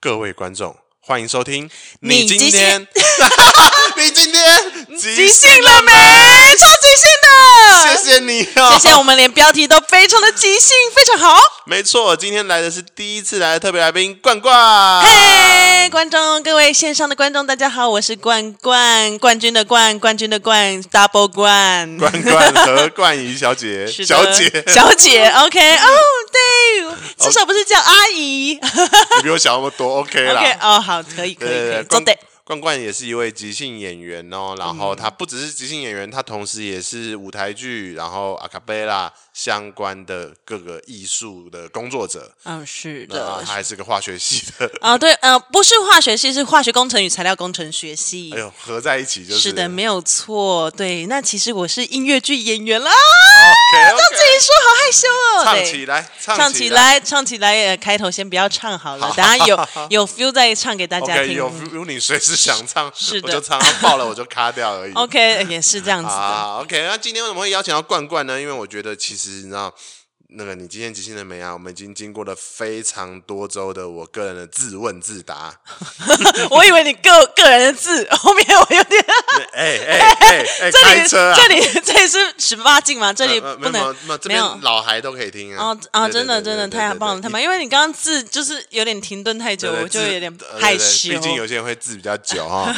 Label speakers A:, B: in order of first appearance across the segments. A: 各位观众，欢迎收听。
B: 你
A: 今
B: 即
A: 天
B: 兴，
A: 你今天即
B: 即兴了没？超即兴的！
A: 谢谢你哦，
B: 谢谢，我们连标题都非常的即兴，非常好。
A: 没错，今天来的是第一次来的特别来宾冠冠。
B: 嘿，观众，各位线上的观众，大家好，我是冠冠，冠军的冠，冠军的冠，double 冠，
A: 冠冠和冠怡小姐，
B: 是的
A: 小姐，
B: 小姐，OK，哦， 对，至少不是叫阿姨
A: 你比我小那么多，OK 啦。
B: ，OK，哦，好，可以，可
A: 对对
B: 以，可以，
A: 对，
B: 做
A: 冠
B: 对，
A: 冠冠也是一位即兴演员哦，然
B: 嗯
A: 后他不只是即兴演员，他同时也是舞台剧，然后阿卡贝拉相关的各个艺术的工作者。
B: 嗯，是
A: 那
B: 的
A: 啊他，还是个嗯化学系的，
B: 啊，对，呃，不是化学系，是化学工程与材料工程学系
A: 哎。呦，合在一起就是
B: 是的，没有错。对，那其实我是音乐剧演员啦。
A: OK，
B: 照自己说，好害羞哦。
A: 唱
B: 对
A: 起来，
B: 唱
A: 起
B: 起。来，唱起来！呃开头先不要唱好 了，等下有有 feel 再唱给大家
A: OK，
B: 听。
A: 有如你随时想唱，
B: 是的
A: 我就唱，它爆了我就卡掉 而已。
B: OK，也呃是这样子的。
A: 啊，OK，那今天为什么会邀请到冠冠呢？因为我觉得其实你知道，那个你今天即兴了没啊？我们已经经过了非常多周的我个人的自问自答。
B: 我以为你个个人的字后面我有点，
A: 哎哎哎 哎，
B: 这里
A: 开车啊！
B: 这里这里是十八禁嘛？这里
A: 呃呃
B: 不
A: 没有
B: 能
A: 没有没有，这
B: 没有
A: 边。老孩都可以听啊。
B: 哦啊，
A: 对
B: 真的真的太棒了，太。棒！因为你刚刚字就是有点停顿太久，
A: 对对对对对
B: 我就有点
A: 自呃对
B: 害
A: 对
B: 羞。
A: 毕竟有些人会字比较久哈。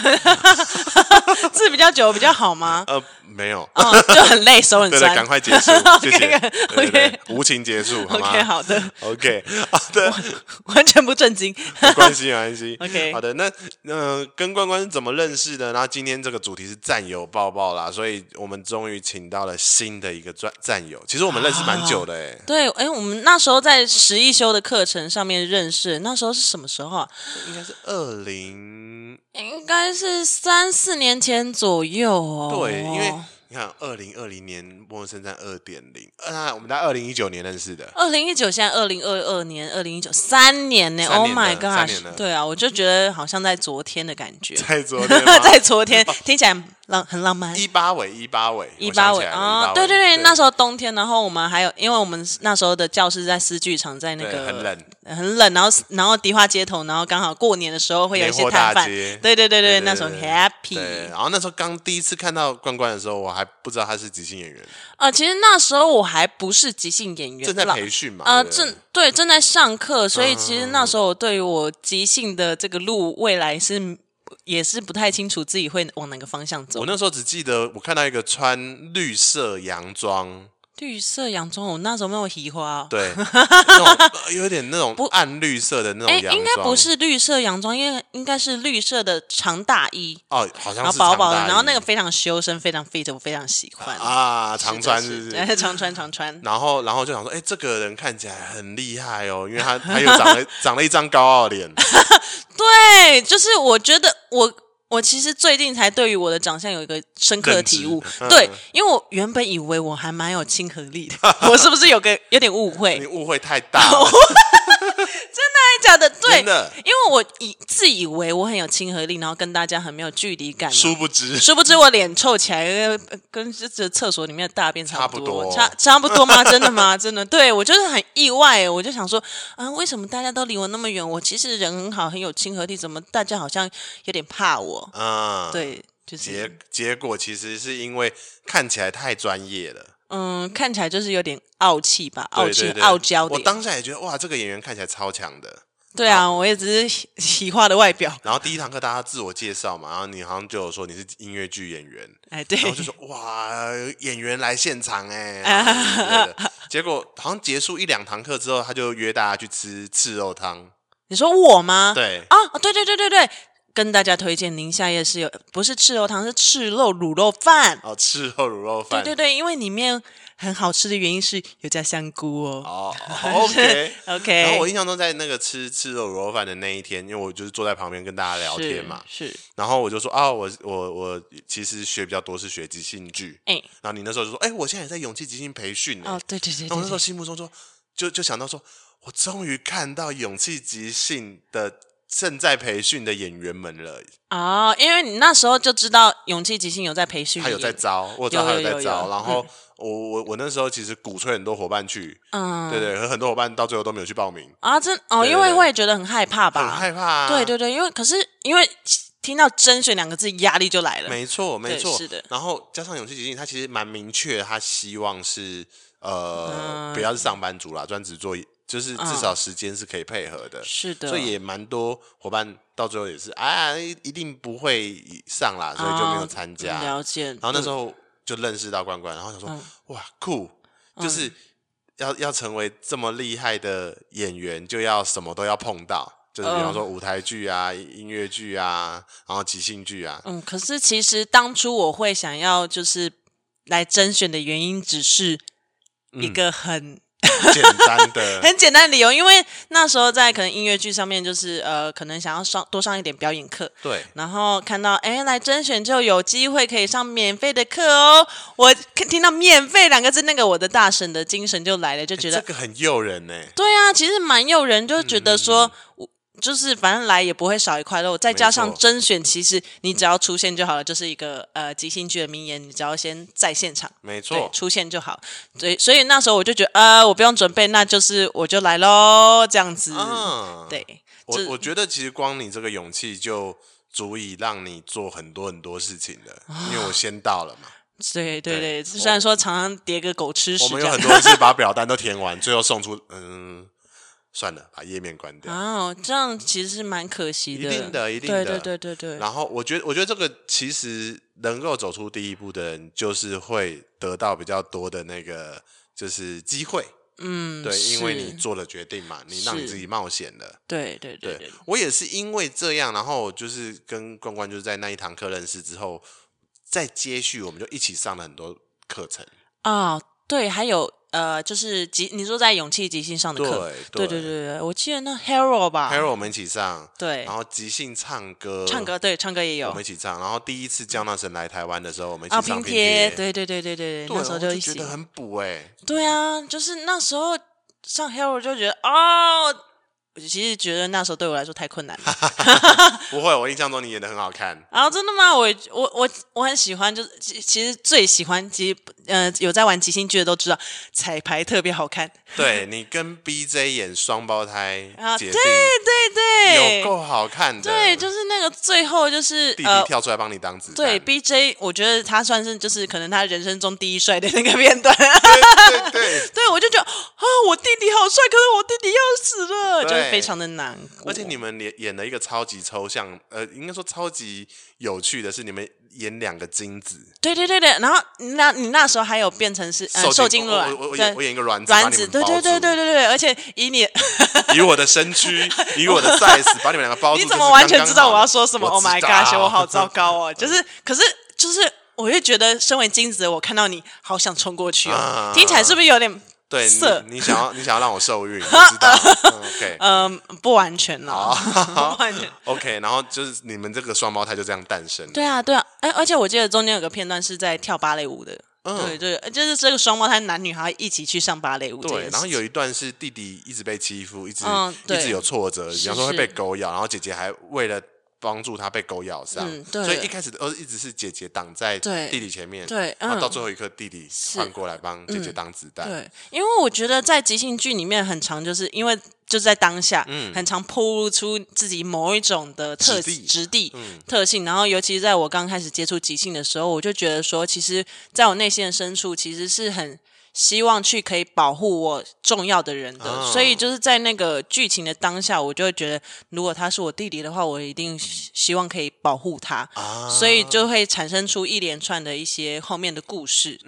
B: 字比较久比较好吗？
A: 呃，没有，
B: 嗯，就很累，手很
A: 对对，
B: 酸
A: 赶。快 结束，谢谢。对对
B: OK，OK，OK
A: 对无情结束，好吗
B: OK，好的，
A: OK，好的，
B: 完全不正经。
A: 没关系，没关系。
B: OK
A: 好的，那呃，跟关关是怎么认识的？然后今天这个主题是战友抱抱啦，所以我们终于请到了新的一个战战友。其实我们认识蛮久的、欸，
B: 对，哎，我们那时候在十一修的课程上面认识，那时候是什么时候啊？
A: 应该是二零、
B: 应该是三四年前左右哦。
A: 对，因为你看二零二零年陌生战二点零，啊，我们在二零一九年认识的。
B: 二零一九，现在二零二二年，二零一九三年呢
A: 三
B: ，Oh
A: 年了
B: my
A: 三年了
B: god！对啊，我就觉得好像在昨天的感觉，
A: 在昨天吗
B: 在昨天听起来浪很浪漫。
A: 一八尾，一八尾，
B: 一八尾哦
A: 啊，
B: 对对对，那时
A: 候
B: 候冬天，然后我们还有，因为我们那时候的教室在丝剧场，在那个
A: 对很冷，
B: 呃很冷，然后然后迪化街头，然后刚好过年的时候会有一
A: 年
B: 些
A: 货大
B: 摊贩，
A: 街
B: 对对对
A: 对对
B: 对，那时候很
A: 对
B: happy
A: 对，然后那时候刚第一次看到关关的时候，我还不知道他是即兴演员，
B: 啊、其实那时候我还不是即兴演员，
A: 正在
B: 啦
A: 培训嘛。
B: 啊，
A: 对不对
B: 正对正在上
A: 嗯
B: 课，所以其实那时候我对于我即兴的这个路未来是也是不太清楚自己会往哪个方向走
A: 我。那时候只记得我看到一个穿绿色洋装，
B: 绿色洋装，我那时候没有提花、哦。
A: 对，那种呃有点那种暗绿色的那种
B: 哎，
A: 洋装，
B: 应该不是绿色洋装，因为应该是绿色的长大衣，
A: 哦，好像
B: 然
A: 是
B: 后薄薄的，
A: 长大衣
B: 然后那个非常修身，非常 fit，我非常喜欢。
A: 啊
B: 是的
A: 长穿
B: 是
A: 是不
B: 的
A: 是？
B: 常穿常穿。
A: 然后，然后就想说，哎、这个人看起来很厉害哦，因为他他又长了长了一张高傲 脸，
B: 对，就是我觉得我我其实最近才对于我的长相有一个深刻的体悟
A: 认知。嗯
B: 对，因为我原本以为我还蛮有亲和力的，我是不是有个有点 误会？
A: 你
B: 真
A: 误会太大 了，
B: 的假的？对
A: 真，的，
B: 因为我以自以为我很有亲和力，然后跟大家很没有距离感嘛。
A: 殊不知
B: 殊不知我脸臭起来，呃跟这这厕所里面的大便差
A: 差不
B: 多，
A: 多
B: 差差不多吗？真 的吗？真的，对我就是很意外，我就想说，啊，为什么大家都离我那么远？我其实人很好，很有亲和力，怎么大家好像有点怕我？
A: 嗯，，
B: 对，就是
A: 结结果其实是因为看起来太专业了，
B: 嗯，看起来就是有点傲气吧，傲
A: 对
B: 气、
A: 对对，
B: 傲娇
A: 我
B: 的。
A: 当下也觉得哇，这个演员看起来超强的。
B: 对啊，我也只是喜化的外表。
A: 然后第一堂课大家自我介绍嘛，然后你好像就有说你是音乐剧演员，
B: 哎，对
A: 然，后就说哇，演员来现场 哎、然后之类的结果好像结束一两堂课之后，他就约大家去吃赤肉汤，
B: 你说我吗？
A: 对，
B: 啊，对对对对对，跟大家推荐宁夏夜市有，不是赤肉汤，是赤肉卤肉饭。
A: 哦，赤肉卤肉
B: 对
A: 饭，
B: 对对，因为里面很好吃的原因是有加香菇哦。
A: 哦 ，OK。哦
B: OK，
A: 然后我印象中，在那个吃吃肉卤肉饭的那一天，因为我就是坐在旁边跟大家聊天嘛，
B: 是，是
A: 然后我就说啊，我我我其实学比较多是学即兴剧，
B: 哎、
A: 然后你那时候就说，哎、我现在也在勇气即兴培训呢、
B: 哦，对对对
A: 然后我那
B: 对
A: 时候
B: 对，
A: 心目中说，就就想到说，我终于看到勇气即兴的正在培训的演员们了，
B: 哦，因为你那时候就知道勇气即兴有在培训，
A: 他有在，招，我知道他
B: 有有
A: 在
B: 有
A: 招。
B: 有
A: 然后我我我那时候其实鼓吹很多伙伴去，
B: 嗯，
A: 对对，和很多伙伴到最后都没有去报名，
B: 啊，真哦，
A: 对
B: 因
A: 对
B: 为
A: 对
B: 会觉得很害怕
A: 很
B: 吧？
A: 害怕、啊。
B: 对对对，因为可是因为听到“甄选”两个字，压力就来了。
A: 没错，没
B: 对
A: 错，
B: 是的
A: 然后加上勇气即兴，他其实蛮明确，他希望是呃，
B: 嗯
A: 不要是上班族啦，专职做，就是至少时间是可以配合的。
B: 是的，
A: 所以也蛮多伙伴到最后也是啊，一一定不会上啦，所以就没有参加。
B: 哦了解。嗯然
A: 然后那时候就认识到关关，然后想说、哇酷，
B: 嗯
A: 就是要要成为这么厉害的演员，就要什么都要碰到。就是比方
B: 嗯
A: 说舞台剧啊、音乐剧啊，然后即兴剧啊，
B: 嗯，可是其实当初我会想要就是来甄选的原因，只是
A: 嗯
B: 一个很、
A: 简单的，
B: 很简单的理由，因为那时候在可能音乐剧上面，就是呃，可能想要上多上一点表演课。
A: 对，
B: 然后看到哎，来甄选就有机会可以上免费的课哦！我听到“免费”两个字，那个我的大神的精神就来了，就觉得
A: 哎这 个很诱人哎呢、
B: 对啊，其实蛮诱人，就觉得说，我就是反正来也不会少一块肉，再加
A: 嗯没
B: 上
A: 错
B: 甄选，其实你只要出现就好了，就是一个呃即兴剧的名言，你只要先在现场。
A: 没
B: 对
A: 错，，
B: 出现就好。所以，所以那时候我就觉得，呃，我不用准备，那就是我就来喽，这样子。
A: 嗯，
B: 对，
A: 我
B: 这
A: 我觉得其实光你这个勇气就足以让你做很多很多事情了，
B: 啊
A: 因为我先到了嘛。
B: 对对
A: 对
B: 对，虽然说常常叠个狗吃
A: 我
B: 屎
A: 们
B: 这
A: 有
B: 样
A: 很。多次把表单都填完，最后送出，嗯，算了，把页面关掉。
B: 啊，这样其实是蛮可惜的。
A: 一定的一定
B: 对
A: 的
B: 对对对对。
A: 然后我觉得，我觉得这个其实能够走出第一步的人，就是会得到比较多的那个就是机会，
B: 嗯，
A: 对，因为你
B: 是
A: 做了决定嘛，你让你
B: 是
A: 自己冒险了。
B: 对对对
A: 对
B: 对，
A: 我也是因为这样，然后就是跟关关就是在那一堂课认识之后，再接续我们就一起上了很多课程。
B: 啊、对，还有呃，就是即你说在勇气即兴上的课，
A: 对
B: 对对对对，我记得那 Hero 吧
A: 还有我们一起上，
B: 对
A: 然后即兴唱歌，
B: 唱歌，对唱歌也
A: 我
B: 有
A: 们一起唱。然后第一次江大神来台湾的时候，我们一
B: 啊，
A: 起上
B: 拼
A: 贴，
B: 贴，对对对对对，
A: 对，
B: 那时候
A: 我就
B: 一
A: 觉
B: 起
A: 得，很补哎、
B: 对啊，就是那时候上 Hero 就觉得哦。我其实觉得那时候对我来说太困难了
A: 不会，我印象中你演的很好看，
B: 啊！真的吗？我我我我很喜欢，就是其其实最喜欢，其实呃有在玩即兴剧的都知道，彩排特别好看
A: 对你跟 BJ 演双胞胎
B: 啊！对
A: 姐
B: 对
A: 弟。
B: 对，
A: 有够好看的，
B: 对，就是那个最后就是
A: 弟
B: 呃
A: 弟，跳出来帮你挡子弹，
B: 对 B J，我觉得他算是就是可能他人生中第一帅的那个片段。
A: 对对对，
B: 对，我就觉得啊，我弟弟好帅，可是我弟弟要死了，
A: 对
B: 就是非常的难过。
A: 而且你们演演了一个超级抽象，呃，应该说超级有趣的是，你们演两个精子，
B: 对对对对，然后你那你那时候还有变成是呃受精
A: 我
B: 卵，
A: 我我演我
B: 对
A: 演一个卵子，把
B: 卵
A: 你
B: 子，
A: 们
B: 对对
A: 包
B: 对
A: 住
B: 对对对，而且以你
A: 以我的身躯，以我 的 size，把你们两个包住。
B: 你怎么完全
A: 就是
B: 知
A: 刚刚
B: 道
A: 好
B: 我要说什么
A: 我
B: ？Oh my
A: 知
B: gosh，
A: 道
B: 我好糟糕 哦！就是，可是就是，我就觉得身为精子，我看到你好想冲过去哦
A: 啊，
B: 听起来是不是有点
A: 对，
B: 色
A: 你你想要你想要让我受 孕，我知道。嗯 OK
B: 嗯，不完全
A: 啊
B: 啦， 不完全。
A: OK，然后就是你们这个双胞胎就这样诞生了。
B: 对啊，对啊，哎，而且我记得中间有个片段是在跳芭蕾舞的，
A: 嗯
B: 对对，就是这个双胞胎男女还一起去上芭蕾舞这件
A: 对，
B: 事情，
A: 然后有一段是弟弟一直被欺负，一直
B: 嗯
A: 一
B: 对
A: 直有挫折，比
B: 是
A: 方说会被
B: 是
A: 狗咬，然后姐姐还为了。帮助他被狗咬伤，
B: 嗯对
A: 所以一开始都一直是姐姐挡在
B: 对
A: 弟弟前面，
B: 对
A: 然后到
B: 嗯
A: 最后一刻弟弟换过来帮姐姐挡子弹，
B: 对，因为我觉得在即兴剧里面很常就是因为就是在当下，很常透露出自己某一种的特
A: 嗯质地嗯
B: 质地、特性。然后，尤其是在我刚开始接触即兴的时候，我就觉得说，其实在我内心的深处，其实是很。希望去可以保护我重要的人的，
A: 哦
B: 所以就是在那个剧情的当下，我就会觉得，如果他是我弟弟的话，我一定希希望可以保护他，
A: 啊
B: 所以就会产生出一连串的一些后面的故事。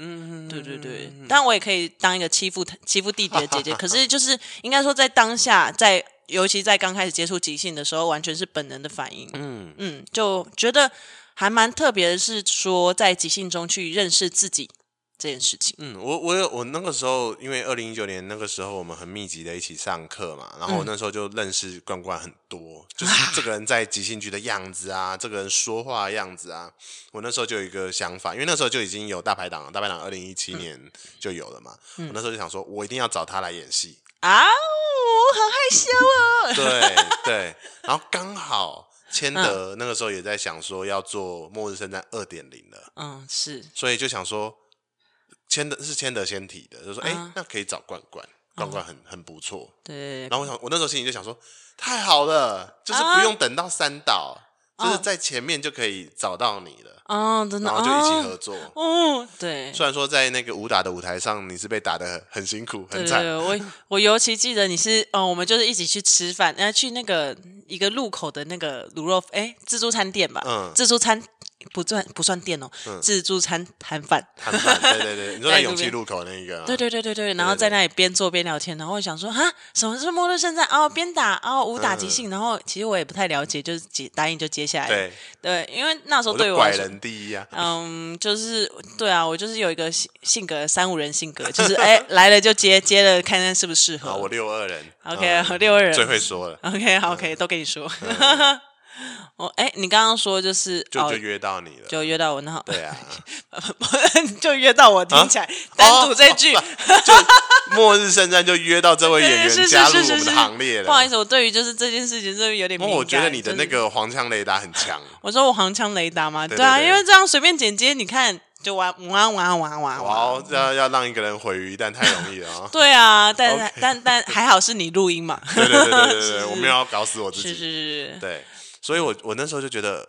B: 对对对，
A: 嗯
B: 当然我也可以当一个欺负欺负弟弟的姐姐，可是就是应该说在当下，在尤其在刚开始接触即兴的时候，完全是本能的反应。嗯嗯，就觉得还蛮特别的是说，在即兴中去认识自己这件事情。
A: 嗯，我我有我那个时候，因为二零一九年那个时候，我们很密集的一起上课嘛，然后我那时候就认识关关很多，就是这个人在即兴剧的样子啊，这个人说话的样子啊，我那时候就有一个想法，因为那时候就已经有大排档了，大排档二零一七年就有了嘛，我那时候就想说，我一定要找他来演戏，
B: 啊好害羞哦。
A: 对对，然后刚好千德那个时候也在想说要做《末日圣战》二点零了，
B: 嗯，是
A: 所以就想说，千德是千德先提的，就说哎、
B: 嗯
A: 那可以找冠冠，冠冠很很不错。
B: 对，
A: 然后我想，我那时候心里就想说，太好了，就是
B: 啊
A: 不用等到三岛，
B: 嗯
A: 就是在前面就可以找到你了，
B: 哦，真的，
A: 然后就一起合
B: 哦
A: 作。
B: 哦，对，
A: 虽然说在那个武打的舞台上，你是被打的很辛苦、
B: 对
A: 很
B: 对
A: 惨，
B: 对，我我尤其记得你是，哦，我们就是一起去吃饭，然后去那个一个路口的那个卤肉，哎，自助餐店吧，
A: 嗯
B: 自助餐不算不算店哦，自助餐摊贩。
A: 很惨。对对对，你说在
B: 在路
A: 永气
B: 边
A: 路口那个啊，
B: 对对对对对，然后
A: 对对
B: 在那里边做边聊天，然后我想说啊，什么是末日圣战？哦，边打哦，武打即兴，然后其实我也不太了解，就是接答应就接下来，
A: 嗯对，
B: 对，因为那时候
A: 我
B: 对
A: 就
B: 我
A: 拐
B: 来说，
A: 人第一啊。
B: 嗯，就是对啊，我就是有一个性性格三五人性格，就是哎、来了就接，接了看看适不适合。
A: 啊，我六二人
B: 嗯 OK，
A: 嗯
B: 我六二人
A: 最会说了，
B: OK 好 OK 都跟你说。 我哎、你刚刚说就是
A: 就
B: 哦
A: 就约到你了。
B: 就约到我，然后
A: 对啊，
B: 就约到我，听起来、单独这句、
A: 末日圣战就约到这位哦演
B: 对
A: 员
B: 是
A: 加
B: 是
A: 入
B: 是
A: 我们
B: 是 是
A: 的行列了。
B: 不好意
A: 思，
B: 思，我对于就是这件事情真的有点敏感。
A: 我觉得你的那
B: 就是
A: 个黄腔雷达很强。
B: 我说我航腔雷达嘛，
A: 对
B: 对啊，
A: 对对
B: 因为这样随便剪接，你看就玩玩玩玩玩
A: 哇
B: 玩。！
A: 哦，这样要让一个人毁于一旦太容易了啊
B: 对啊，但
A: OK
B: 但但还好是你录音嘛。
A: 对对对对对
B: 是
A: 对，
B: 是
A: 我没有要搞死我自
B: 是是
A: 己。
B: 是，
A: 对，所以我我那时候就觉得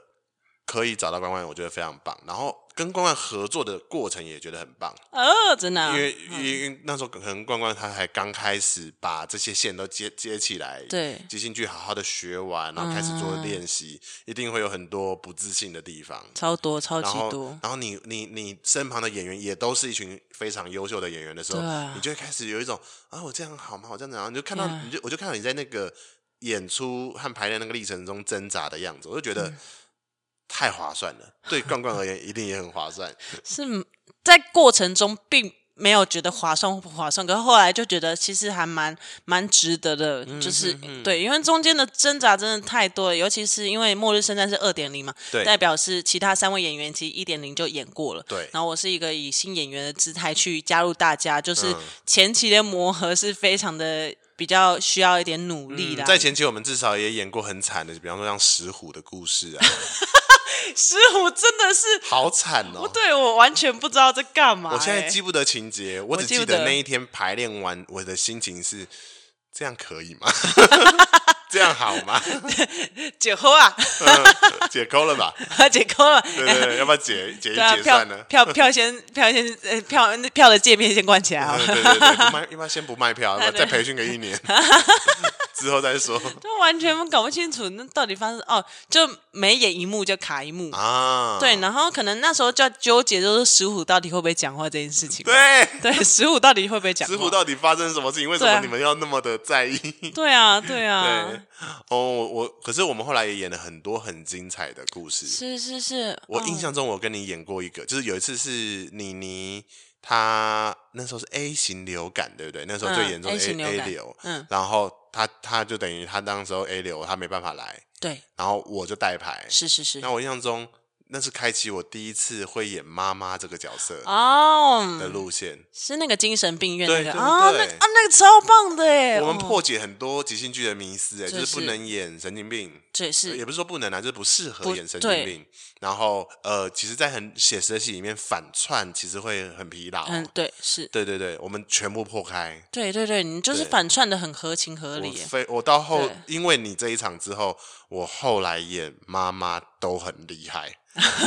A: 可以找到关关，我觉得非常棒。然后跟关关合作的过程也觉得很棒，
B: 哦，真的啊、
A: 因为因为因为那时候可能关关他还刚开始把这些线都接接起来，
B: 对嗯
A: 即兴剧好好的学完，然后开始做练习，一定会有很多不自信的地方。
B: 超多超
A: 然
B: 级
A: 后
B: 多，，
A: 然后你你你身旁的演员也都是一群非常优秀的演员的时候，
B: 对啊
A: 你就会开始有一种啊，我这样好吗？我这样怎样？你就看到，
B: 对啊
A: 你就我就看到你在那个演出和排练那个历程中挣扎的样子，我就觉得。
B: 嗯
A: 太划算了，对冠冠而言一定也很划算。
B: 是在过程中并没有觉得划算或不划算，可是后来就觉得其实还蛮蛮值得的，
A: 嗯
B: 就是对，因为中间的挣扎真的太多了，尤其是因为《末日圣战》是二点零嘛，
A: 对
B: 代表是其他三位演员其实一点零就演过了，
A: 对
B: 然后我是一个以新演员的姿态去加入大家，就是
A: 嗯
B: 前期的磨合是非常的比较需要一点努力的、
A: 嗯在前期我们至少也演过很惨的，比方说像石虎的故事啊，
B: 石虎真的是，
A: 好惨哦！
B: 我对我完全不知道在干嘛、
A: 我现在
B: 欸
A: 记不得情节，我
B: 我
A: 只
B: 记
A: 记
B: 不
A: 得
B: 得
A: 那一天排练完，我的心情是这样可以吗？ 这样好吗？
B: 解扣啊，
A: 嗯解扣了吧？
B: 解扣了。
A: 对对对，要不要解解一
B: 对啊，
A: 解
B: 票
A: 算了？
B: 票票先票先呃票那票的界面先关起来好
A: 对
B: 了，
A: 对对对，不卖，要不要先不卖票？要不要
B: 对
A: 再培训个一年， 之后再说
B: 就完全搞不清楚那到底发生哦，就每演一幕就卡一幕，
A: 啊？
B: 对，然后可能那时候就要纠结，就是石虎到底会不会讲话这件事情，
A: 对，
B: 对， 石虎到底会不会讲话，
A: 知乎到底发生什么事情？为什
B: 对
A: 么
B: 啊
A: 你们要那么的在意？
B: 对啊对
A: 对
B: 啊，，
A: 哦，我我可是我们后来也演了很多很精彩的故事，
B: 是是是，
A: 我印
B: 哦
A: 象中，我跟你演过一个，就是有一次是妮妮，她那时候是 A 型流感，对不对？那时候最
B: 嗯
A: 严重
B: ，A
A: 的 A
B: 型流感
A: 流，
B: 嗯
A: 然后她她就等于她当时候 A 流，她没办法来，
B: 对，
A: 然后我就代排。
B: 是是是
A: 那，我印象中，那是开启我第一次会演妈妈这个角色的
B: 哦，
A: 路线。
B: 是那个精神病院那
A: 对
B: 个
A: 对
B: 啊，那
A: 对
B: 啊那个超棒的耶，
A: 我们
B: 哦
A: 破解很多即兴剧的迷思、哎，
B: 这
A: 就是不
B: 是
A: 能演神经病，
B: 对
A: 也
B: 是
A: 不是说不能啊，就是不适合
B: 不
A: 演神
B: 对
A: 经病。然后呃，其实，在很写实的戏里面反串，其实会很疲劳。啊
B: 嗯对是。
A: 对对对，我们全部破开。
B: 对对对，你就是
A: 对
B: 反串的很合情合
A: 我
B: 理耶。
A: 非我到后
B: 对，
A: 因为你这一场之后，我后来演妈妈都很厉害，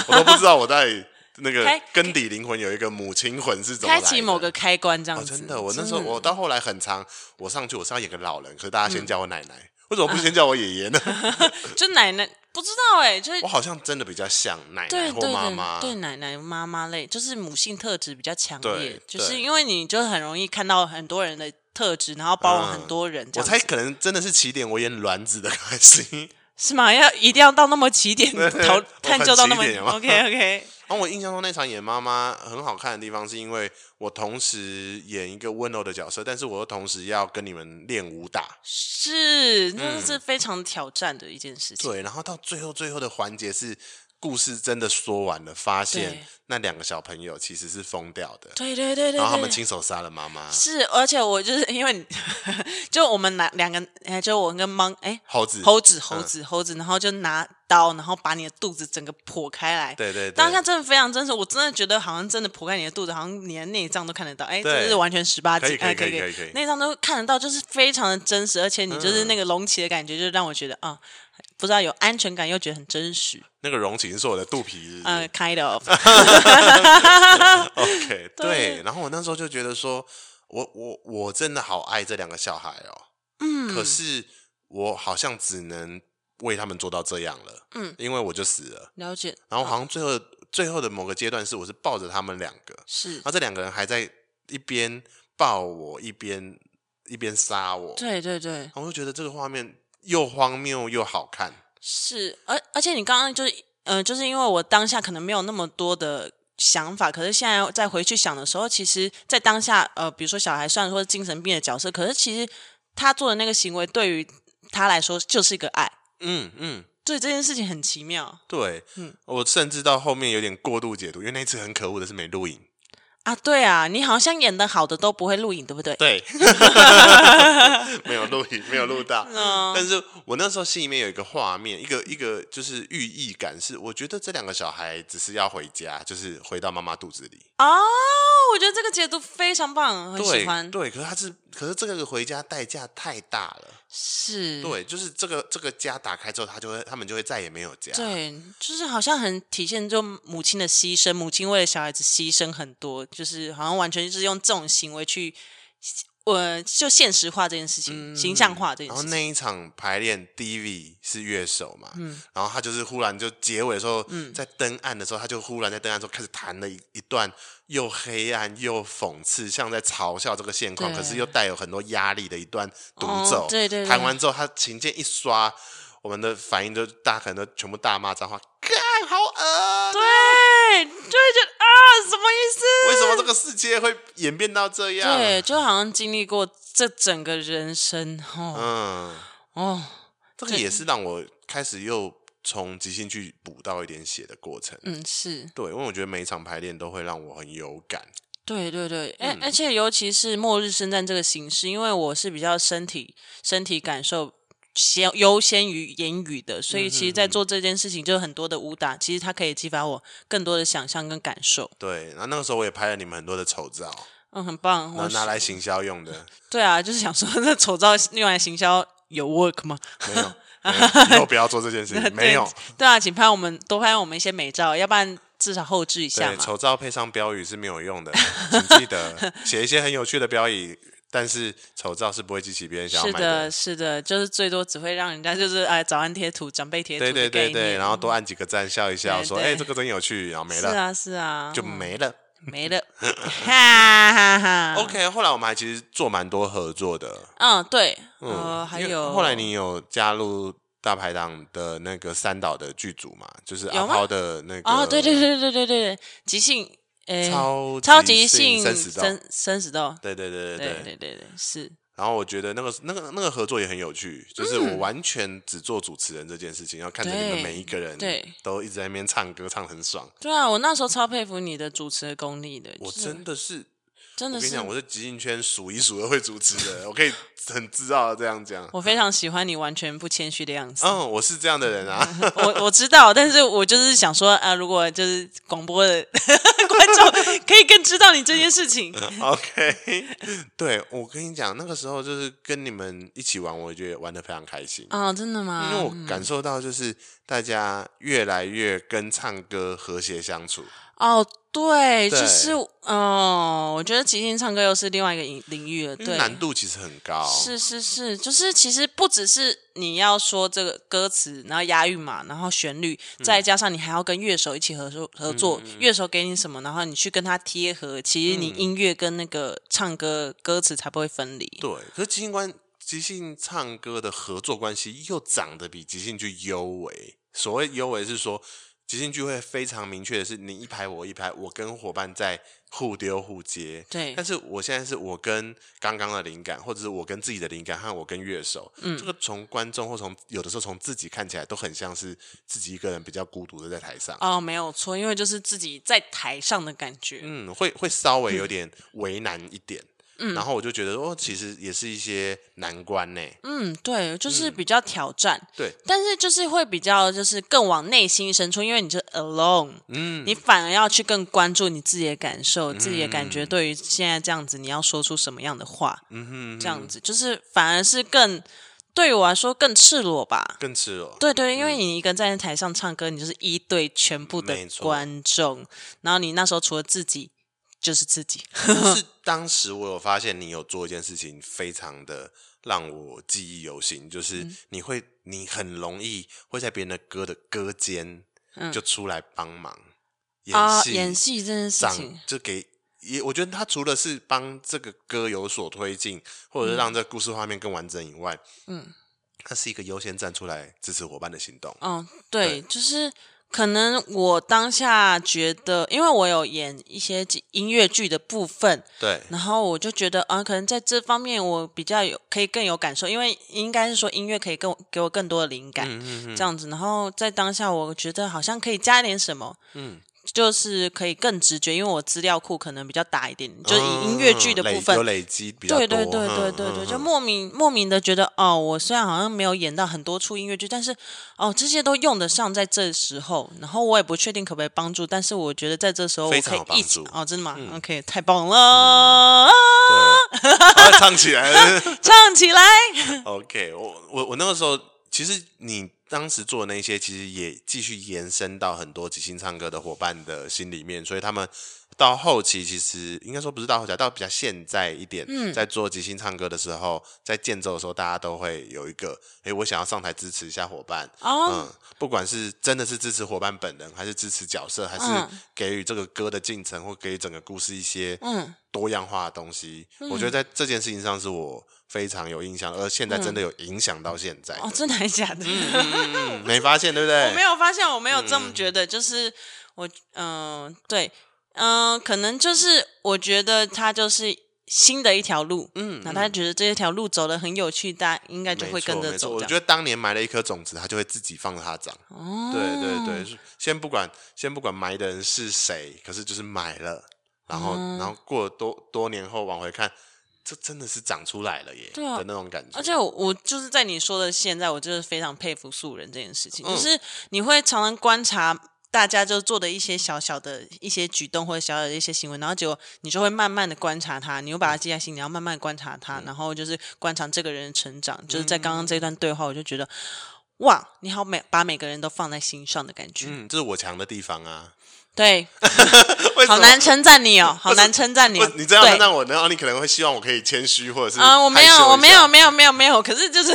A: 我都不知道我在 那个
B: 开
A: 根底灵魂有一个母亲魂是怎么来
B: 开
A: 的
B: 启某个开关这样
A: 哦，
B: 子。
A: 真的，我那时候我到后来很长，我上去我是要演个老人，可是大
B: 嗯
A: 家先叫我奶奶，为什么
B: 啊
A: 不先叫我爷爷 呢？
B: 就奶奶不知道哎，就是
A: 我好像真的比较像奶
B: 对
A: 奶
B: 对
A: 或
B: 对
A: 妈妈，
B: 对奶奶妈妈类，就是母性特质比较强
A: 对
B: 烈，就是
A: 对
B: 因为你就很容易看到很多人的特质，然后包容很多人
A: 嗯
B: 这
A: 我
B: 样
A: 猜
B: 子。
A: 可能真的是起点，我演卵子的开始。
B: 是吗？要一定要到那么起 点头
A: 我
B: 探
A: 很
B: 究到
A: 起
B: 那么
A: 点有吗
B: OK OK
A: 然哦后我印象中那场演妈妈很好看的地方，是因为我同时演一个温柔的角色，但是我又同时要跟你们练武打。
B: 是，那是非常挑战的一件事情。
A: 嗯对，然后到最后最后的环节是故事真的说完了，发
B: 对
A: 现那两个小朋友其实是疯掉的，
B: 对对对对对，
A: 然后他们亲手杀了妈妈。
B: 是，而且我就是因为你 就我们拿两个，哎，就我跟猫，哎，
A: 猴子，嗯
B: 猴子，猴子，猴子，然后就拿刀，然后把你的肚子整个剖开来。
A: 对对对，
B: 当下真的非常真实，我真的觉得好像真的剖开你的肚子，好像你的内脏都看得到。哎，
A: 对
B: 这是完全十八
A: 可以
B: 禁，哎，
A: 可以
B: 以
A: 可以
B: 可
A: 可以可以嗯
B: 内脏都看得到，就是非常的真实，而且你就是那个隆起的感觉，就让我觉得啊。不知道有安全感，又觉得很真实，
A: 那个容器是我的肚皮是不是
B: 嗯、k i n d of，
A: OK，
B: 对
A: 对。然后我那时候就觉得说，我我我真的好爱这两个小孩哦，嗯，可是我好像只能为他们做到这样了，嗯，因为我就死了。
B: 了解
A: 然后好像最后、最后的某个阶段是，我是抱着他们两个，
B: 是
A: 然，后这两个人还在一边抱我，一边一边杀我，然
B: 对对对，
A: 后我就觉得这个画面又荒谬又好看，
B: 是，而而且你刚刚就是，呃，就是因为我当下可能没有那么多的想法，可是现在再回去想的时候，其实，在当下，呃，比如说小孩虽然说是精神病的角色，可是其实他做的那个行为对于他来说就是一个爱，
A: 嗯嗯。
B: 所以这件事情很奇妙
A: 对，我甚至到后面有点过度解读，因为那一次很可恶的是没录影。
B: 啊。对啊，你好像演的好的都不会录影，对不对？
A: 对， 没有录影，没有录到。
B: 嗯
A: 但是我那时候心里面有一个画面，一个一个就是寓意感是，我觉得这两个小孩只是要回家，就是回到妈妈肚子里。
B: 哦，我觉得这个解读非常棒，很喜
A: 对
B: 欢。
A: 对，可是他是，可是这个回家代价太大了。
B: 是，
A: 对，就是这个这个家打开之后，他就会他们就会再也没有家。
B: 对，就是好像很体现就母亲的牺牲，母亲为了小孩子牺牲很多，就是好像完全就是用这种行为去，呃，就现实化这件事情，形象化这件
A: 嗯然后
B: 事情。
A: 那一场排练，DV 是乐手嘛，
B: 嗯
A: 然后他就是忽然就结尾的时候，在登岸的时候，他就忽然在登岸的时候开始弹了一一段又黑暗又讽刺，像在嘲笑这个现况，
B: 对
A: 可是又带有很多压力的一段独
B: 哦
A: 奏。
B: 对对对
A: 弹完之后，他琴键一刷，我们的反应就大，可能都全部大骂脏话，干好恶，
B: 对，就会觉得啊，什么意思？
A: 为什么这个世界会演变到这样？
B: 对，就好像经历过这整个人生哦、
A: 嗯。
B: 哦，
A: 这个也是让我开始又从即兴剧补到一点血的过程。
B: 嗯，是
A: 对，因为我觉得每一场排练都会让我很有感。
B: 对对对，嗯而、而且尤其是末日圣战这个形式，因为我是比较身体身体感受先优先于言语的，所以其实，在做这件事情，就有很多的武打，其实它可以激发我更多的想象跟感受。
A: 对，然后那个时候我也拍了你们很多的丑照，
B: 嗯，很棒。
A: 然后
B: 我
A: 拿来行销用 的，
B: 对啊，就是想说， 这丑照用来行销有 work 吗？
A: 没 有，没有以后不要做这件事情，嗯没有。
B: 对对啊，请拍我们多拍我们一些美照，要不然至少后置一下
A: 对，
B: 嘛。
A: 丑照配上标语是没有 用的，请记得写一些很有趣的标语，但是丑照是不会激起别人想要
B: 是
A: 买
B: 的，。是的，就是最多只会让人家就是哎早安贴图、长辈贴图
A: 对
B: 的概
A: 对
B: 念。嗯
A: 对对，然后多按几个赞，笑一笑，
B: 对
A: 说：“
B: 对
A: 哎，这个真有趣。”然后没
B: 是
A: 了，
B: 啊是啊，
A: 就没了。
B: 没了，哈哈哈。
A: OK，后来我们还其实做蛮多合作的，
B: 嗯，对，
A: 嗯
B: 呃，还
A: 因为
B: 有
A: 后来你有加入大排档的那个三岛的剧组嘛？就是阿
B: 有吗
A: 抛的那个
B: 哦，对对对对对对对，即兴，诶，
A: 超
B: 超
A: 级
B: 级
A: 性
B: 性
A: 生死斗，
B: 生生死斗，
A: 对对对对
B: 对
A: 对。
B: 对对对，是
A: 然后我觉得那个那个那个合作也很有趣，就是
B: 嗯
A: 我完全只做主持人这件事情，要看着你们
B: 对
A: 每一个人
B: 对
A: 都一直在那边唱歌，唱得很爽。
B: 对啊，我那时候超佩服你的主持的功力的，
A: 我
B: 就是
A: 真的是，
B: 真
A: 我
B: 的
A: 跟你
B: 是
A: 讲，。我是即兴圈数一数二会主持的，我可以很自傲的这样讲。
B: 我非常喜欢你完全不谦虚的样 子，
A: 嗯，我是这样的人 啊。
B: 我我知道，但是我就是想说啊，如果就是广播的 观众可以更知道你这件事情，
A: OK，对我跟你讲，那个时候就是跟你们一起玩，我觉得玩的非常开心，
B: 啊、真的
A: 嗯因为
B: 吗？
A: 我感受到就是大家越来越跟唱歌和谐相处。
B: 哦，对，
A: 对
B: 就是哦，我觉得即兴唱歌又是另外一个领领域了，
A: 因为
B: 对，
A: 嗯难度其实很高，
B: 是是是，就是其实不只是你要说这个歌词，然后押韵嘛，然后旋律，
A: 嗯
B: 再加上你还要跟乐手一起合作合作，乐手给你什么，然后你去跟他贴合，其实你
A: 嗯
B: 音乐跟那个唱歌歌词才不会分离。
A: 对。可是即兴关即兴唱歌的合作关系又长得比即兴剧优美。所谓优美是说，即兴聚会非常明确的是，你一排我一排，我跟伙伴在互丢互接。
B: 对
A: 但是我现在是我跟刚刚的灵感，或者是我跟自己的灵感，和我跟乐手，嗯，这个从观众或从有的时候从自己看起来都很像是自己一个人比较孤独的在台上，
B: 哦，没有错，因为就是自己在台上的感觉。
A: 嗯，会会稍微有点为难一点。嗯，然后我就觉得哦，其实也是一些难关呢。
B: 嗯，对，就是比较挑战，
A: 对，
B: 但是就是会比较就是更往内心深处，因为你就 alone，嗯，你反而要去更关注你自己的感受、自己的感觉，对于现在这样子，你要说出什么样的话，嗯哼，这样子就是反而是更对于我来说更赤裸吧。
A: 更赤裸。
B: 对啊对，因为你一个人站在台上唱歌，你就是一对全部的
A: 没错
B: 观众，然后你那时候除了自己就是自己，
A: 就是当时我有发现你有做一件事情，非常的让我记忆犹新，就是
B: 嗯
A: 你会，你很容易会在别人的歌的歌间就出来帮忙、
B: 嗯啊
A: 演，戏，
B: 演戏这件事
A: 长
B: 情，
A: 就给也，我觉得他除了是帮这个歌有所推进，或
B: 嗯
A: 者是让这故事画面更完整以外，嗯，他是一个优先站出来支持伙伴的行动。
B: 嗯，对，就是可能我当下觉得，因为我有演一些音乐剧的部分，
A: 对，
B: 然后我就觉得啊、可能在这方面我比较有可以更有感受，因为应该是说音乐可以更给我更多的灵感，这样子。然后在当下，我觉得好像可以加一点什么，嗯。就是可以更直觉，因为我资料库可能比较大一点，就是以音乐剧的
A: 嗯
B: 部
A: 累
B: 分
A: 有，累积比较多，
B: 对对对对
A: 嗯
B: 对
A: 嗯
B: 对，就莫名莫名的觉得哦，我虽然好像没有演到很多出音乐剧，但是哦，这些都用得上在这时候。然后我也不确定可不可以帮助，但是我觉得在这时候
A: 非
B: 我可
A: 常有
B: 以一
A: 帮
B: 起
A: 助嗯
B: 哦，真的吗、o k 太棒了，
A: 对，好唱起来了。
B: 唱起来！
A: OK，我我我那个时候，其实你当时做的那些，其实也继续延伸到很多即兴唱歌的伙伴的心里面，所以他们到后期，其实应该说不是到后期啊，到比较现在一点，在做即兴唱歌的时候，在间奏的时候，大家都会有一个，诶、我想要上台支持一下伙伴，
B: 哦
A: 嗯，不管是真的是支持伙伴本人，还是支持角色，还是
B: 嗯
A: 给予这个歌的进程，或给予整个故事一些
B: 嗯
A: 多样化的东西，我觉得在这件事情上是我非常有印象，而现在真的有影响到现在的。
B: 嗯哦，真的还是假的？
A: 嗯，没发现对不
B: 我没
A: 对？
B: 有发现，我没有这么觉得，就是我嗯、对，嗯、可能就是我觉得它就是新的一条路，嗯，那他觉得这条路走的很有趣，大家应该就
A: 没
B: 会跟
A: 错，
B: 着
A: 没错。
B: 走
A: 我
B: 这
A: 觉
B: 样。
A: 得当年埋了一颗种子，它就会自己放着它长。
B: 哦
A: 对对对，是先不管先不管埋的人是谁，可是就是埋了，然后、
B: 哦
A: 然后过了多多年后往回看，这真的是长出来了耶
B: 对啊
A: 的那种感觉。
B: 而且我我就是在你说的现在，我就是非常佩服素人这件事情，
A: 嗯
B: 就是你会常常观察大家就做的一些小小的一些举动或者小小的一些行为，然后结果你就会慢慢的观察他，你又把他记在心里，然后慢慢地观察
A: 嗯
B: 他，然后就是观察这个人的成长。就是在刚刚这段对话，我就觉得。哇，你好每把每个人都放在心上的感觉，
A: 嗯，这是我强的地方 啊。
B: 对，
A: 为什
B: 好
A: 么
B: 难称赞你哦，好难称赞你、
A: 不
B: 哦
A: 是。你这样
B: 对
A: 让我，然后你可能会希望我可以谦虚，或者是
B: 啊、我没
A: 害羞
B: 有，
A: 一
B: 我没
A: 下
B: 有，，没有，没有，没有。可是就是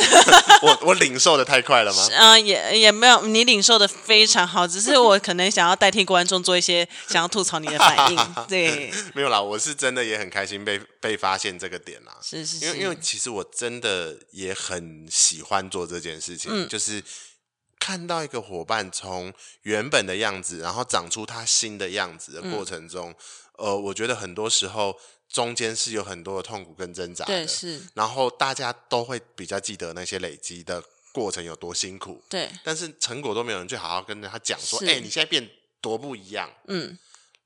A: 我我领受的太快了吗？
B: 嗯、也也没有，你领受的非常好，只是我可能想要代替观众做一些想要吐槽你的 反应。对，
A: 没有啦，我是真的也很开心被被发现这个点啦。
B: 是是
A: 因
B: 是，
A: 为因为其实我真的也很喜欢做这件事情，
B: 嗯
A: 就是看到一个伙伴从原本的样子，然后长出他新的样子的
B: 嗯
A: 过程中，呃，我觉得很多时候中间是有很多的痛苦跟挣扎的
B: 对，是，
A: 然后大家都会比较记得那些累积的过程有多辛苦，
B: 对，
A: 但是成果都没有人去好好跟他讲说，
B: 是
A: 哎、你现在变多不一样。
B: 嗯，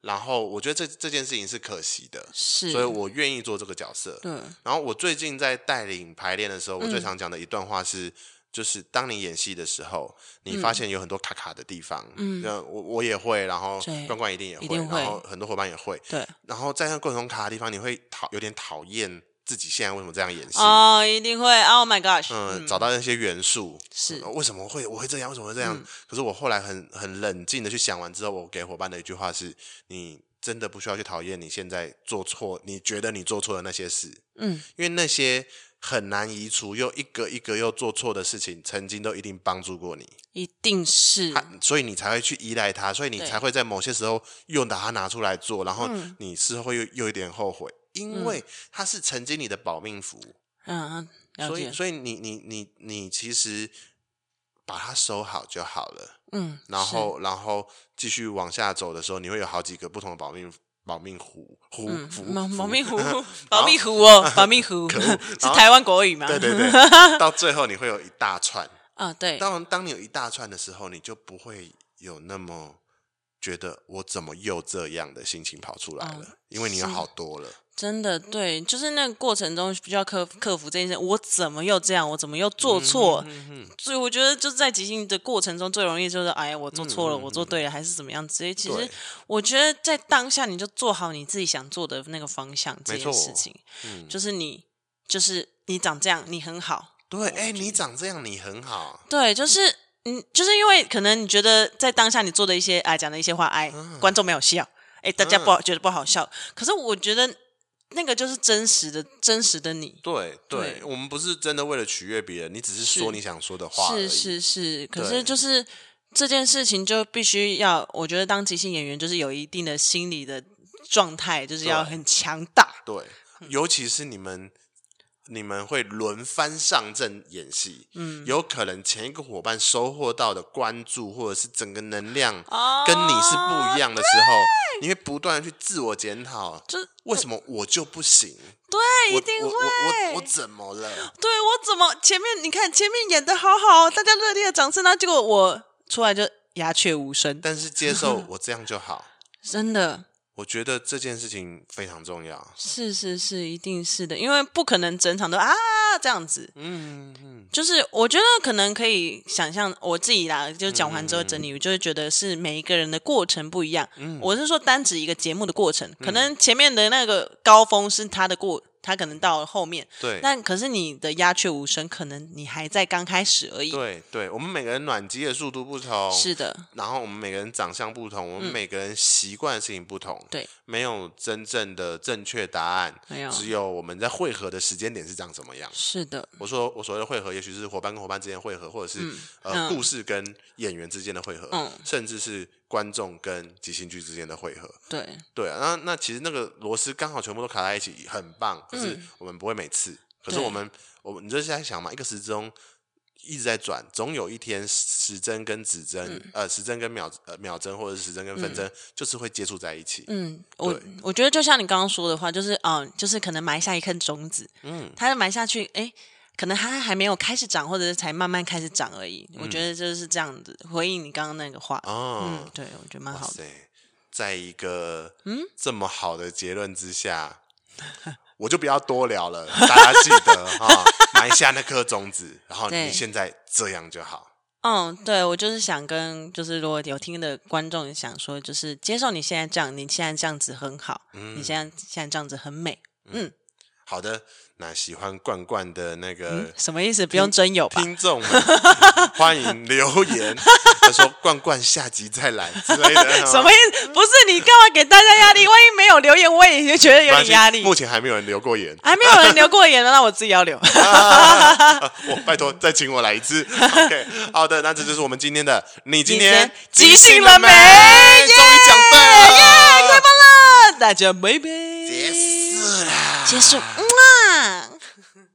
A: 然后我觉得这这件事情是可惜的，
B: 是，嗯
A: 所以我愿意做这个角色。
B: 对，嗯
A: 然后我最近在带领排练的时候，我最常讲的一段话是。就是当你演戏的时候，你
B: 嗯
A: 发现有很多卡卡的地方，嗯，我我也会，然后
B: 对
A: 关关一定也会，
B: 一定会
A: 然后很多伙伴也会，
B: 对，
A: 然后在那各种卡的地方，你会讨有点讨厌自己现在为什么这样演戏，
B: 哦，一定会，Oh my gosh，
A: 嗯，找到那些元素
B: 是嗯
A: 呃为什么会我会这样，为什么会这样？可是我后来很很冷静的去想完之后，我给伙伴的一句话是：你真的不需要去讨厌你现在做错，你觉得你做错的那些事，
B: 嗯，
A: 因为那些很难移除又一个一个又做错的事情，曾经都一定帮助过你，
B: 一定是，
A: 它所以你才会去依赖它，所以你
B: 嗯对嗯
A: 才会在某些时候又把它拿出来做，然后你事后又又有点后悔，因为它是曾经你的保命符。
B: 嗯，嗯了
A: 所
B: 解
A: 以，，所以你你你你其实把它收好就好了。
B: 嗯，
A: 然
B: 是
A: 后，然后继续往下走的时候，你会有好几个不同的保命保命壶壶符
B: 嗯保保
A: 符
B: 密壶，保密壶哦，保密壶
A: 可恶
B: 是
A: 然后
B: 台湾国语吗？
A: 对对对，到最后你会有一大串。
B: 啊，对，
A: 当当你有一大串的时候，你就不会有那么觉得我怎么又这样的心情跑出来
B: 哦
A: 了，因为你有好多了。
B: 真的对，就是那个过程中需要克克服这件事，我怎么又这样，我怎么又做
A: 嗯
B: 错？所以我觉得就是在即兴的过程中最容易就是，哎，我做错了，
A: 嗯
B: 我做对了，还是怎么样之类。其实
A: 对
B: 我觉得在当下你就做好你自己想做的那个方向这件
A: 错嗯
B: 事情，就是你就是你长这样，你很好，
A: 对，哎、你长这样你很好，
B: 对，就是嗯，就是因为可能你觉得在当下你做的一些哎讲的一些话，哎，
A: 啊
B: 观众没有笑，哎，大家不好、觉得不好笑。可是我觉得那个就是真实的，真实的你。
A: 对对，
B: 对
A: 我们不是真的为了取悦别人，你只是说
B: 是
A: 你想说的话而已。
B: 是是是，可
A: 对
B: 是就是这件事情就必须要，我觉得当即兴演员就是有一定的心理的状态，就是要
A: 对
B: 很强大。
A: 对，尤其是你们。你们会轮番上阵演戏，嗯，有可能前一个伙伴收获到的关注或者是整个能量
B: 哦
A: 跟你是不一样的时候，你会不断的去自我检讨，
B: 就
A: 为什么我就不行？
B: 对，
A: 我
B: 一定
A: 我
B: 会。
A: 我我我怎么了？
B: 对我怎么前面你看前面演的好好，大家热烈的掌声，那结果我出来就鸦雀无声，
A: 但是接 受我这样就好，
B: 真的。
A: 我觉得这件事情非常重要。
B: 是是是，一定是的，因为不可能整场都啊这样子。
A: 嗯嗯，
B: 就是我觉得可能可以想象我自己啦，就讲完之后整
A: 嗯
B: 理，我就会觉得是每一个人的过程不一样。我是说单指一个节目的过程，
A: 嗯
B: 可能前面的那个高峰是他的过，他可能到了后面，
A: 对
B: 但可是你的鸦雀无声，可能你还在刚开始而已。
A: 对对，我们每个人暖机的速度不同，
B: 是的，
A: 然后我们每个人长相不同，我们每个人习惯的事情不同，
B: 嗯对，
A: 没有真正的正确答案，
B: 没有
A: 只有我们在汇合的时间点是长什么样。
B: 啊是的，
A: 我说我所谓的汇合，也许是伙伴跟伙伴之间汇合，或者是、呃
B: 嗯
A: 故事跟演员之间的汇合，
B: 嗯
A: 甚至是观众跟即兴剧之间的汇合。
B: 对，
A: 对啊，那那其实那个螺丝刚好全部都卡在一起，很棒。可是我们不会每次，可是
B: 嗯对
A: 我们我们你就是在想嘛，一个时钟一直在转，总有一天时针跟指针，
B: 嗯
A: 呃，时针跟秒呃秒针或者是时针跟分针，就是会接触在一起。
B: 嗯，我
A: 对
B: 我觉得就像你刚刚说的话，就是嗯、就是可能埋下一颗种子，嗯，它埋下去，哎，可能它还没有开始长，或者是才慢慢开始长而已。我觉得就是这样子回应你刚刚那个话，
A: 嗯哦，
B: 嗯，对，我觉得蛮
A: 哇
B: 好的，
A: 塞，在一个嗯这么好的结论之下，我就不要多聊了。大家记得哈、 埋下那颗种子，然后你
B: 对
A: 现在这样就好。
B: 嗯，对我就是想跟就是如果有听的观众想说，就是接受你现在这样，你现在这样子很好，
A: 嗯
B: 你现在现在这样子很美，
A: 好的，那喜欢罐罐的那个。
B: 什么意思？不用真有吧？
A: 听众们嗯欢迎留言，他 说罐罐下集再来之类的。
B: 什么意思？不是你干嘛给大家压力？万一没有留言，我也就觉得
A: 没
B: 有
A: 关
B: 点
A: 系
B: 压力。，
A: 目前还没有人留过言 啊
B: 还没有人留过言的，那我自己要留。
A: 我、拜托再请我来一 次。OK，好的，那这就是我们今天的。你 今天
B: 即兴了没？
A: 终于讲对了，
B: 耶，太棒了！大家拜拜，
A: 结束啦，
B: 结束，嗯。